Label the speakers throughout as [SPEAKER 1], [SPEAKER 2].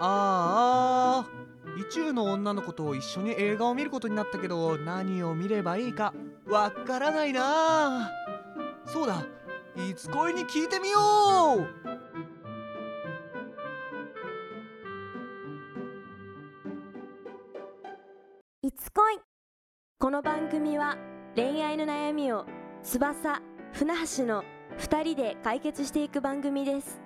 [SPEAKER 1] ああ意中の女の子と一緒に映画を見ることになったけど何を見ればいいかわからないなそうだいつ恋に聞いてみよう
[SPEAKER 2] いつ恋この番組は恋愛の悩みを翼船橋の2人で解決していく番組です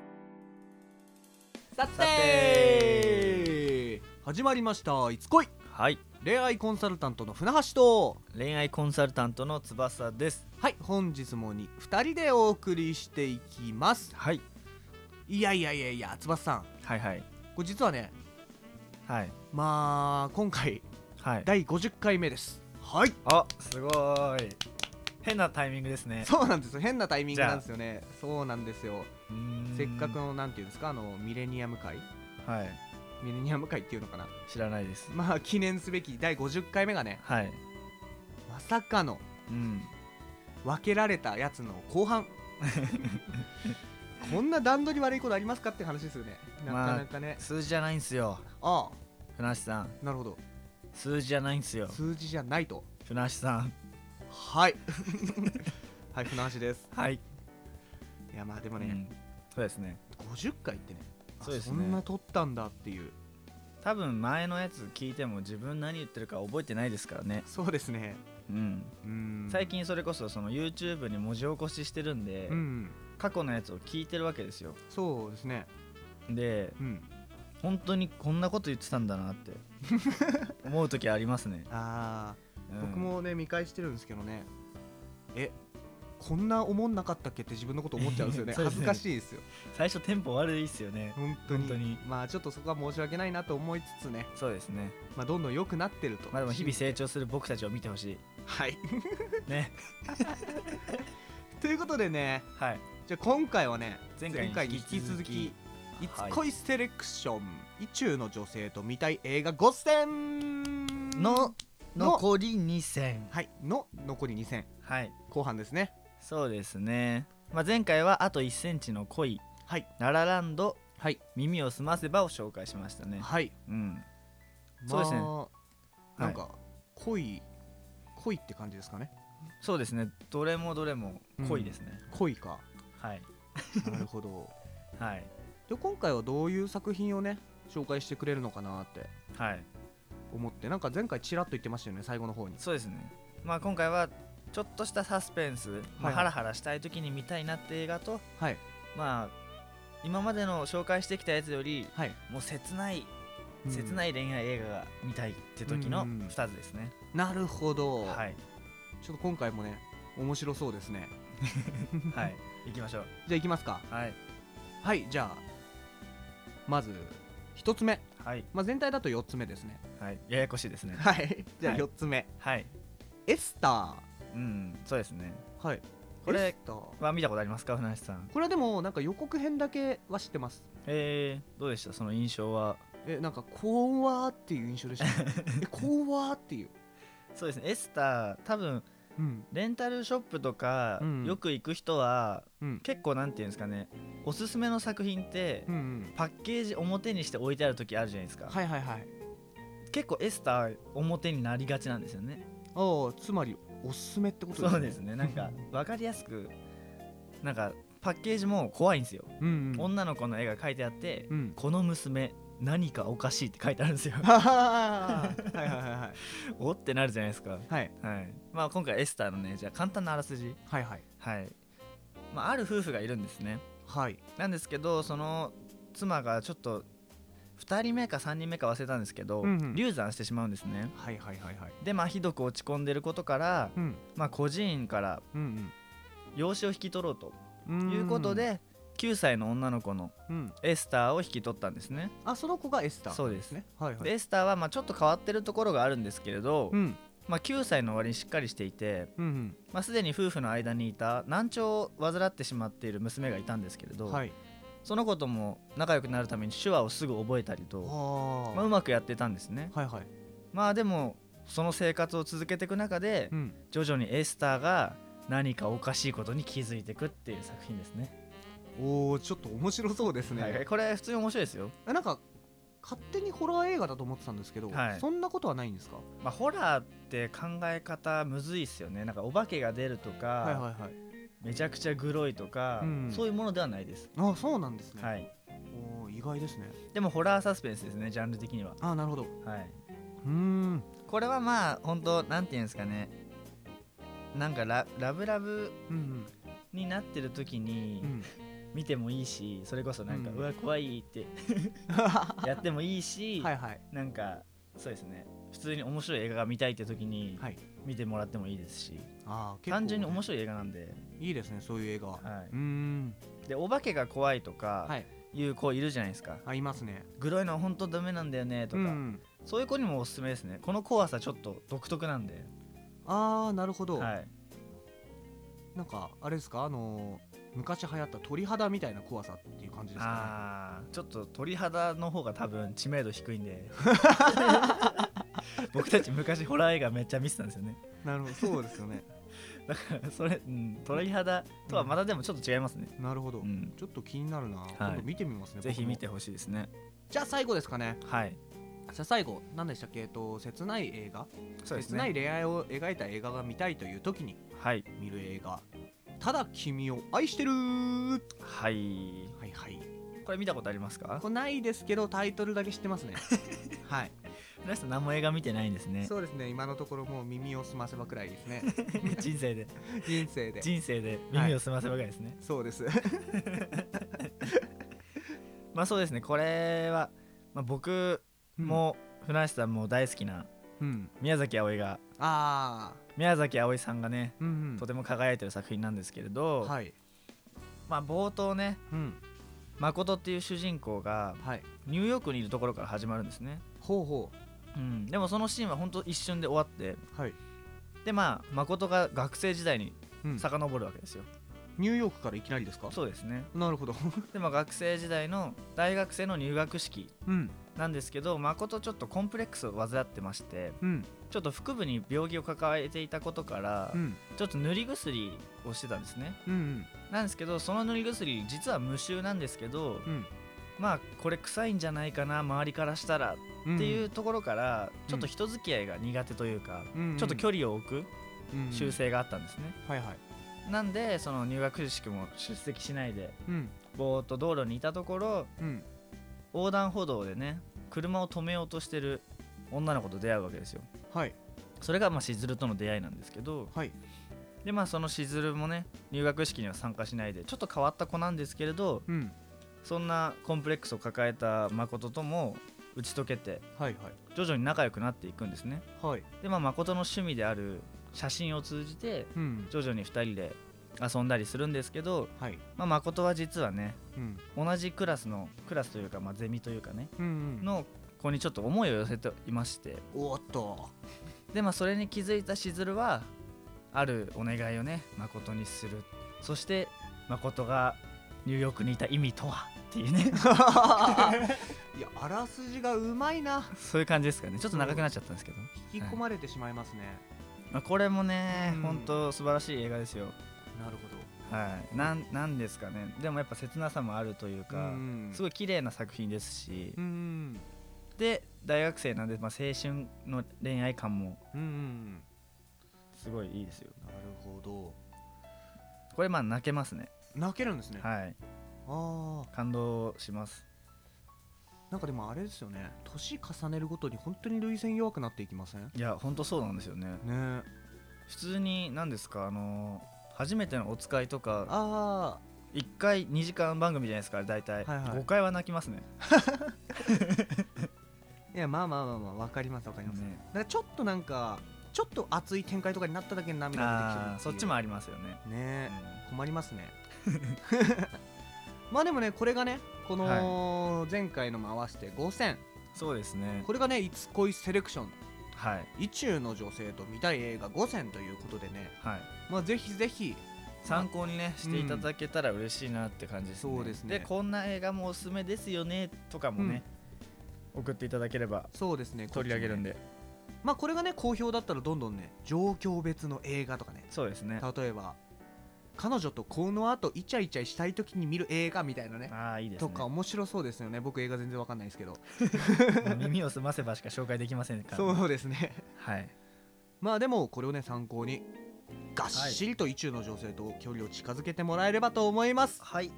[SPEAKER 1] さて始まりました「いつ恋
[SPEAKER 3] はい」
[SPEAKER 1] 恋愛コンサルタントの船橋と
[SPEAKER 3] 恋愛コンサルタントの翼です
[SPEAKER 1] はい本日もに2人でお送りしていきます
[SPEAKER 3] はい
[SPEAKER 1] いやいやいやいや翼さん
[SPEAKER 3] はいはい
[SPEAKER 1] これ実はね
[SPEAKER 3] はい
[SPEAKER 1] まあ今回
[SPEAKER 3] はい
[SPEAKER 1] 第50回目ですはい
[SPEAKER 3] あすごい変なタイミングですね
[SPEAKER 1] そうなんですよ変なタイミングなんですよねそうなんですよ
[SPEAKER 3] うーん
[SPEAKER 1] せっかくのなんていうんですかあのミレニアム会
[SPEAKER 3] はい
[SPEAKER 1] ミレニアム会っていうのかな
[SPEAKER 3] 知らないです
[SPEAKER 1] まあ記念すべき第50回目がね
[SPEAKER 3] はい
[SPEAKER 1] まさかの
[SPEAKER 3] うん
[SPEAKER 1] 分けられたやつの後 半こんな段取り悪いことありますかって話ですよねな
[SPEAKER 3] まあ
[SPEAKER 1] かなかね、
[SPEAKER 3] 数字じゃないんすよ
[SPEAKER 1] あ
[SPEAKER 3] 船橋さん
[SPEAKER 1] あなるほど
[SPEAKER 3] 数字じゃないんすよ
[SPEAKER 1] 数字じゃないと
[SPEAKER 3] 船橋さん
[SPEAKER 1] はいはい船橋です
[SPEAKER 3] はい
[SPEAKER 1] いやまあでも
[SPEAKER 3] う
[SPEAKER 1] ね、
[SPEAKER 3] んそうですね
[SPEAKER 1] 50回ってねあ
[SPEAKER 3] そうですね
[SPEAKER 1] そんな撮ったんだっていう
[SPEAKER 3] 多分前のやつ聞いても自分何言ってるか覚えてないですからね
[SPEAKER 1] そうですね
[SPEAKER 3] うん
[SPEAKER 1] うん
[SPEAKER 3] 最近それこそその YouTube に文字起こししてるんで、
[SPEAKER 1] うん
[SPEAKER 3] 過去のやつを聞いてるわけですよ
[SPEAKER 1] そうですね
[SPEAKER 3] で
[SPEAKER 1] うん
[SPEAKER 3] 本当にこんなこと言ってたんだなって 思う時ありますね、
[SPEAKER 1] あ
[SPEAKER 3] う
[SPEAKER 1] あ
[SPEAKER 3] ん
[SPEAKER 1] 僕もね見返してるんですけどねえこんな思んなかったっけって自分のこと思っちゃうん ですよね
[SPEAKER 3] そうで
[SPEAKER 1] 恥
[SPEAKER 3] す
[SPEAKER 1] ず
[SPEAKER 3] ね
[SPEAKER 1] かしいですよ
[SPEAKER 3] 最初テンポ悪いっすよね
[SPEAKER 1] 本当に
[SPEAKER 3] 本当に
[SPEAKER 1] まあちょっとそこは申し訳ないなと思いつつね、
[SPEAKER 3] そうですね
[SPEAKER 1] まあ、どんどん良くなってると
[SPEAKER 3] まあでも日々成長する僕たちを見てほし
[SPEAKER 1] はい
[SPEAKER 3] いね
[SPEAKER 1] ということでね
[SPEAKER 3] はい
[SPEAKER 1] じゃあ今回はね
[SPEAKER 3] 前回に
[SPEAKER 1] に引き続き「い
[SPEAKER 3] 引き続きはい
[SPEAKER 1] つ恋セレクション」意中の女性と見たい映画5選
[SPEAKER 3] の
[SPEAKER 1] の
[SPEAKER 3] 残り2戦
[SPEAKER 1] はいの残り2戦
[SPEAKER 3] はい
[SPEAKER 1] 後半ですね
[SPEAKER 3] そうですね、まあ、前回は「あと1センチの恋」
[SPEAKER 1] はい
[SPEAKER 3] ララランド」
[SPEAKER 1] はい
[SPEAKER 3] 「耳をすませば」を紹介しましたね
[SPEAKER 1] はい
[SPEAKER 3] うんそうですね
[SPEAKER 1] まあ
[SPEAKER 3] い
[SPEAKER 1] なんか恋、恋って感じですかね
[SPEAKER 3] そうですねどれもどれも恋ですね、
[SPEAKER 1] 恋か
[SPEAKER 3] はい
[SPEAKER 1] なるほ ど
[SPEAKER 3] はい
[SPEAKER 1] で今回はどういう作品をね紹介してくれるのかなって
[SPEAKER 3] はい
[SPEAKER 1] 思ってなんか前回ちらっと言ってましたよね最後の方に
[SPEAKER 3] そうですね、まあ、今回はちょっとしたサスペンス、ま
[SPEAKER 1] はいはい
[SPEAKER 3] あ、ハラハラしたい時に見たいなって映画と、
[SPEAKER 1] はい
[SPEAKER 3] まあ、今までの紹介してきたやつより
[SPEAKER 1] はい
[SPEAKER 3] もう切ない、
[SPEAKER 1] うん
[SPEAKER 3] 切ない恋愛映画が見たいって時
[SPEAKER 1] う
[SPEAKER 3] の
[SPEAKER 1] ん
[SPEAKER 3] 2つですね、
[SPEAKER 1] なるほど、
[SPEAKER 3] はい
[SPEAKER 1] ちょっと今回もね面白そうですね
[SPEAKER 3] はい行きましょう
[SPEAKER 1] じゃあいきますか
[SPEAKER 3] はい
[SPEAKER 1] はいじゃあまず1つ目、
[SPEAKER 3] はい
[SPEAKER 1] まあ、全体だと4つ目ですね
[SPEAKER 3] はいややこしいですね
[SPEAKER 1] はいじゃあ
[SPEAKER 3] はい
[SPEAKER 1] 4つ目、
[SPEAKER 3] はい
[SPEAKER 1] エスタ
[SPEAKER 3] うんそうですね
[SPEAKER 1] ーはい
[SPEAKER 3] これ
[SPEAKER 1] エスター
[SPEAKER 3] は見たことありますか船橋さん
[SPEAKER 1] これはでもなんか予告編だけは知ってます
[SPEAKER 3] えー、どうでしたその印象は
[SPEAKER 1] えなんか怖ーっていう印象 でしたえ怖ーっていう
[SPEAKER 3] そうですねエスター多分
[SPEAKER 1] うん
[SPEAKER 3] レンタルショップとか、
[SPEAKER 1] うん
[SPEAKER 3] よく行く人は
[SPEAKER 1] うん
[SPEAKER 3] 結構なんていうんですかねおすすめの作品って、
[SPEAKER 1] うんうん
[SPEAKER 3] パッケージ表にして置いてある時あるじゃないですか、
[SPEAKER 1] はいはいはい
[SPEAKER 3] 結構エスター表になりがちなんですよね
[SPEAKER 1] ああつまりおすすめってこと
[SPEAKER 3] そうですねなんか分かりやすくなんかパッケージも怖いんですよ、
[SPEAKER 1] うんうん
[SPEAKER 3] 女の子の絵が書いてあって、
[SPEAKER 1] うん
[SPEAKER 3] この娘何かおかしいって書いてあるんですよ
[SPEAKER 1] はははははいはいはいはい
[SPEAKER 3] おってなるじゃないですか
[SPEAKER 1] はい
[SPEAKER 3] はいまあ今回エスターのねじゃあ簡単なあらすじ
[SPEAKER 1] はいはい
[SPEAKER 3] はいまあある夫婦がいるんですね
[SPEAKER 1] はい
[SPEAKER 3] なんですけどその妻がちょっと2人目か3人目か忘れたんですけど、
[SPEAKER 1] うんうん
[SPEAKER 3] 流産してしまうんですね
[SPEAKER 1] はいはいはいはい
[SPEAKER 3] でまあひどく落ち込んでることから、
[SPEAKER 1] うん
[SPEAKER 3] まあ、孤児院から
[SPEAKER 1] うん
[SPEAKER 3] 養子を引き取ろうと
[SPEAKER 1] うん
[SPEAKER 3] いうことで、9歳の女の子の
[SPEAKER 1] うん
[SPEAKER 3] エスターを引き取ったんですね、
[SPEAKER 1] あその子がエスター
[SPEAKER 3] そうです
[SPEAKER 1] ねはいはい
[SPEAKER 3] でエスターはまあちょっと変わってるところがあるんですけれど、
[SPEAKER 1] うん
[SPEAKER 3] まあ、9歳の終わりにしっかりしていて、
[SPEAKER 1] うん
[SPEAKER 3] まあ、すでに夫婦の間にいた難聴を患ってしまっている娘がいたんですけれ
[SPEAKER 1] う
[SPEAKER 3] ど、
[SPEAKER 1] んはい
[SPEAKER 3] その子とも仲良くなるために手話をすぐ覚えたり
[SPEAKER 1] あ
[SPEAKER 3] と、
[SPEAKER 1] あ
[SPEAKER 3] まあ、うまくやってたんですね
[SPEAKER 1] はいはい
[SPEAKER 3] まあでもその生活を続けていく中で
[SPEAKER 1] うん
[SPEAKER 3] 徐々にエスターが何かおかしいことに気づいていくっていう作品ですね
[SPEAKER 1] おおちょっと面白そうですね
[SPEAKER 3] はい、これ普通に面白いですよ
[SPEAKER 1] あなんか勝手にホラー映画だと思ってたんですけど、
[SPEAKER 3] はい
[SPEAKER 1] そんなことはないんですか
[SPEAKER 3] まあ、ホラーって考え方むずいっすよねなんかお化けが出るとか、
[SPEAKER 1] はいはいはい
[SPEAKER 3] めちゃくちゃグロいとか、
[SPEAKER 1] うん
[SPEAKER 3] そういうものではないです、
[SPEAKER 1] あそうなんですね、
[SPEAKER 3] はい、
[SPEAKER 1] おー意外ですね
[SPEAKER 3] でもホラーサスペンスですねジャンル的には、
[SPEAKER 1] あなるほど
[SPEAKER 3] はい、
[SPEAKER 1] うーん
[SPEAKER 3] これはまあ本当なんていうんですかねなんかララブラブ
[SPEAKER 1] うん
[SPEAKER 3] になってる時に
[SPEAKER 1] うんうん
[SPEAKER 3] 見てもいいしそれこそなんか、
[SPEAKER 1] う
[SPEAKER 3] うんわ怖いって やってもいいし、
[SPEAKER 1] はいはい
[SPEAKER 3] なんかそうですね普通に面白い映画が見たいって時に
[SPEAKER 1] はい
[SPEAKER 3] 見てもらってもいいですし、
[SPEAKER 1] あー結構ね
[SPEAKER 3] 単純に面白い映画なんで、
[SPEAKER 1] いいですねそういう映画は、
[SPEAKER 3] は
[SPEAKER 1] うーん
[SPEAKER 3] い、でお化けが怖いとか
[SPEAKER 1] はい
[SPEAKER 3] いう子いるじゃないですか、
[SPEAKER 1] あいますね
[SPEAKER 3] グロいのは本当ダメなんだよねとか、
[SPEAKER 1] うん、
[SPEAKER 3] そういう子にもおすすめですねこの怖さちょっと独特なんで、
[SPEAKER 1] ああなるほど、
[SPEAKER 3] はい、
[SPEAKER 1] なんかあれですかあのー昔流行った鳥肌みたいな怖さっていう感じですか
[SPEAKER 3] あーちょっと鳥肌の方が多分知名度低い んで僕たち昔ホラー映画めっちゃ見てたんですよね
[SPEAKER 1] ねなるほどそうですよね
[SPEAKER 3] だからそれ、うん、鳥肌とはまだでもちょっと違いますね、
[SPEAKER 1] なるほど、
[SPEAKER 3] うん
[SPEAKER 1] ちょっと気になるな、今度見てみますね
[SPEAKER 3] ぜひ
[SPEAKER 1] 僕も
[SPEAKER 3] 見てほしいですね
[SPEAKER 1] じゃあ最後ですかね
[SPEAKER 3] はい
[SPEAKER 1] じゃあ最後何でしたっけえっと切ない映画、
[SPEAKER 3] そうです
[SPEAKER 1] 切ない
[SPEAKER 3] ね
[SPEAKER 1] 恋愛を描いた映画が見たいという時に
[SPEAKER 3] はい
[SPEAKER 1] 見る映画ただ君を愛してるは
[SPEAKER 3] はい
[SPEAKER 1] いはい
[SPEAKER 3] これ見たことありますか
[SPEAKER 1] これないですけどタイトルだけ知ってます ねはい
[SPEAKER 3] 皆さん何も映画見てないんですね
[SPEAKER 1] そうですね今のところもう耳を澄ませばくらいです ね
[SPEAKER 3] 人生で
[SPEAKER 1] 人生で
[SPEAKER 3] 人生で耳を澄ませばかりですね、
[SPEAKER 1] そう です
[SPEAKER 3] まあそうですねこれは、まあ、僕も船橋さんも大好きな
[SPEAKER 1] うん、うん、
[SPEAKER 3] 宮崎あおいが
[SPEAKER 1] ああ
[SPEAKER 3] 宮崎あおいさんがね
[SPEAKER 1] うん、
[SPEAKER 3] とても輝いてる作品なんですけれど、
[SPEAKER 1] はい
[SPEAKER 3] まあ、冒頭ね
[SPEAKER 1] うん
[SPEAKER 3] 誠っていう主人公が
[SPEAKER 1] はい
[SPEAKER 3] ニューヨークにいるところから始まるんですね、
[SPEAKER 1] ほうほ
[SPEAKER 3] うん、でもそのシーンは本当一瞬で終わって
[SPEAKER 1] うはい、
[SPEAKER 3] でまあ誠が学生時代に
[SPEAKER 1] うん、
[SPEAKER 3] 遡るわけですよ、
[SPEAKER 1] ニューヨークからいきなりですか
[SPEAKER 3] そうですね
[SPEAKER 1] な るほど
[SPEAKER 3] でまあ学生時代の大学生の入学式
[SPEAKER 1] うん
[SPEAKER 3] なんですけど誠ちょっとコンプレックスを患ってまして
[SPEAKER 1] うん
[SPEAKER 3] ちょっと腹部に病気を抱えていたことから、
[SPEAKER 1] うん
[SPEAKER 3] ちょっと塗り薬をしてたんですね
[SPEAKER 1] うんうん
[SPEAKER 3] なんですけどその塗り薬実は無臭なんですけど、
[SPEAKER 1] うん
[SPEAKER 3] まあこれ臭いんじゃないかな周りからしたら
[SPEAKER 1] うん
[SPEAKER 3] っていうところから、
[SPEAKER 1] ん
[SPEAKER 3] ちょっと人付き合いが苦手というか、
[SPEAKER 1] うんうん
[SPEAKER 3] ちょっと距離を置く
[SPEAKER 1] うん
[SPEAKER 3] 習性があったんですね、
[SPEAKER 1] はいはい
[SPEAKER 3] なんでその入学式も出席しないで
[SPEAKER 1] うん
[SPEAKER 3] ぼーっと道路にいたところ
[SPEAKER 1] うん
[SPEAKER 3] 横断歩道でね車を止めようとしてる女の子と出会うわけですよ
[SPEAKER 1] はい
[SPEAKER 3] それがまあしずるとの出会いなんですけど
[SPEAKER 1] はい
[SPEAKER 3] でまあそのしずるもね入学式には参加しないでちょっと変わった子なんですけれど
[SPEAKER 1] うん
[SPEAKER 3] そんなコンプレックスを抱えた誠とも打ち解けて
[SPEAKER 1] はいはい
[SPEAKER 3] 徐々に仲良くなっていくんですね
[SPEAKER 1] はい
[SPEAKER 3] でまあ誠の趣味である写真を通じて
[SPEAKER 1] うん
[SPEAKER 3] 徐々に2人で遊んだりするんですけど、
[SPEAKER 1] はい
[SPEAKER 3] まあ、誠は実はね
[SPEAKER 1] うん
[SPEAKER 3] 同じクラスのクラスというか、まあ、ゼミというかね
[SPEAKER 1] うんうん
[SPEAKER 3] の子にちょっと思いを寄せていまして
[SPEAKER 1] おっと
[SPEAKER 3] でまあそれに気づいたしずるはあるお願いをね誠にするそして誠がニューヨークにいた意味とはってい うね
[SPEAKER 1] いやあらすじがうまいな
[SPEAKER 3] そういう感じですかねちょっと長くなっちゃったんですけど、
[SPEAKER 1] 引き込まれてしまいますね、
[SPEAKER 3] まあ、これもね
[SPEAKER 1] うん
[SPEAKER 3] 本当素晴らしい映画ですよ
[SPEAKER 1] なるほど
[SPEAKER 3] はいなんなんですかねでもやっぱ切なさもあるというか
[SPEAKER 1] うん
[SPEAKER 3] すごい綺麗な作品ですし
[SPEAKER 1] うん
[SPEAKER 3] で大学生なんで、まあ、青春の恋愛感も
[SPEAKER 1] うんうんな
[SPEAKER 3] すごいいいですよ
[SPEAKER 1] るほど
[SPEAKER 3] これまあ泣けますね
[SPEAKER 1] 泣けるんですね、
[SPEAKER 3] はい
[SPEAKER 1] ああ
[SPEAKER 3] 感動します
[SPEAKER 1] なんかでもあれですよね年重ねるごとに本当に涙腺弱くなっていきませんね
[SPEAKER 3] いやほんとそうなんですよね
[SPEAKER 1] え
[SPEAKER 3] 普通に何ですかあのー初めてのお使いとか
[SPEAKER 1] あ
[SPEAKER 3] 1回2時間番組じゃないですかあれ大体、
[SPEAKER 1] はいはい
[SPEAKER 3] 5回は泣きますね
[SPEAKER 1] あいやまあまあまあまあわかりますわかります、
[SPEAKER 3] ね
[SPEAKER 1] だからちょっとなんかちょっと熱い展開とかになっただけで涙が出てきてるてい
[SPEAKER 3] あー
[SPEAKER 1] う
[SPEAKER 3] そっちもありますよね、
[SPEAKER 1] ねえ
[SPEAKER 3] う
[SPEAKER 1] 困りますね まあでもねこれがねこの前回のも合わせて5000
[SPEAKER 3] んそうですね
[SPEAKER 1] これがね「いつ恋セレクション
[SPEAKER 3] はい
[SPEAKER 1] 意中の女性と見たい映画5000」ということでね
[SPEAKER 3] はい
[SPEAKER 1] まあぜひぜひ
[SPEAKER 3] 参考にねしていただけたら嬉しいなって感じですね、
[SPEAKER 1] そうですね
[SPEAKER 3] でこんな映画もおすすめですよねとかもね、送っていただければ
[SPEAKER 1] そうですね
[SPEAKER 3] 取り上げるん
[SPEAKER 1] で
[SPEAKER 3] で
[SPEAKER 1] まあこれがね好評だったらどんどんね状況別の映画とかね
[SPEAKER 3] そうですね
[SPEAKER 1] 例えば彼女とこの後イチャイチャしたい時に見る映画みたいなね
[SPEAKER 3] ああいいです
[SPEAKER 1] と
[SPEAKER 3] ね
[SPEAKER 1] か面白そうですよね僕映画全然わかんないですけど
[SPEAKER 3] もう耳を澄ませばしか紹介できませんからね、
[SPEAKER 1] そうですね
[SPEAKER 3] はい
[SPEAKER 1] まあでもこれをね参考にがっしりと意中の女性と距離を近づけてもらえればと思います
[SPEAKER 3] はい、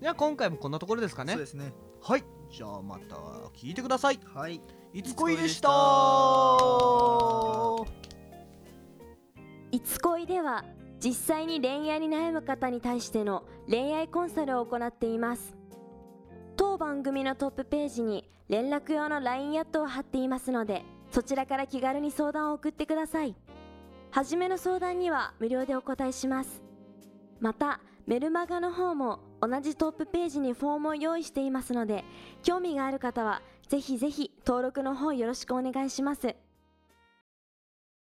[SPEAKER 1] じゃあ今回もこんなところですかね
[SPEAKER 3] そうですね
[SPEAKER 1] はいじゃあまた聞いてください
[SPEAKER 3] はい
[SPEAKER 1] いつ
[SPEAKER 3] つ
[SPEAKER 1] こ
[SPEAKER 3] こ
[SPEAKER 1] い
[SPEAKER 3] い
[SPEAKER 1] で
[SPEAKER 3] で
[SPEAKER 1] し
[SPEAKER 3] したた
[SPEAKER 2] いつ恋では実際に恋愛に悩む方に対しての恋愛コンサルを行っています当番組のトップページに連絡用の LINE アットを貼っていますのでそちらから気軽に相談を送ってください初めの相談には無料でお答えしますまたメルマガの方も同じトップページにフォームを用意していますので興味がある方はぜひぜひ登録の方よろしくお願いします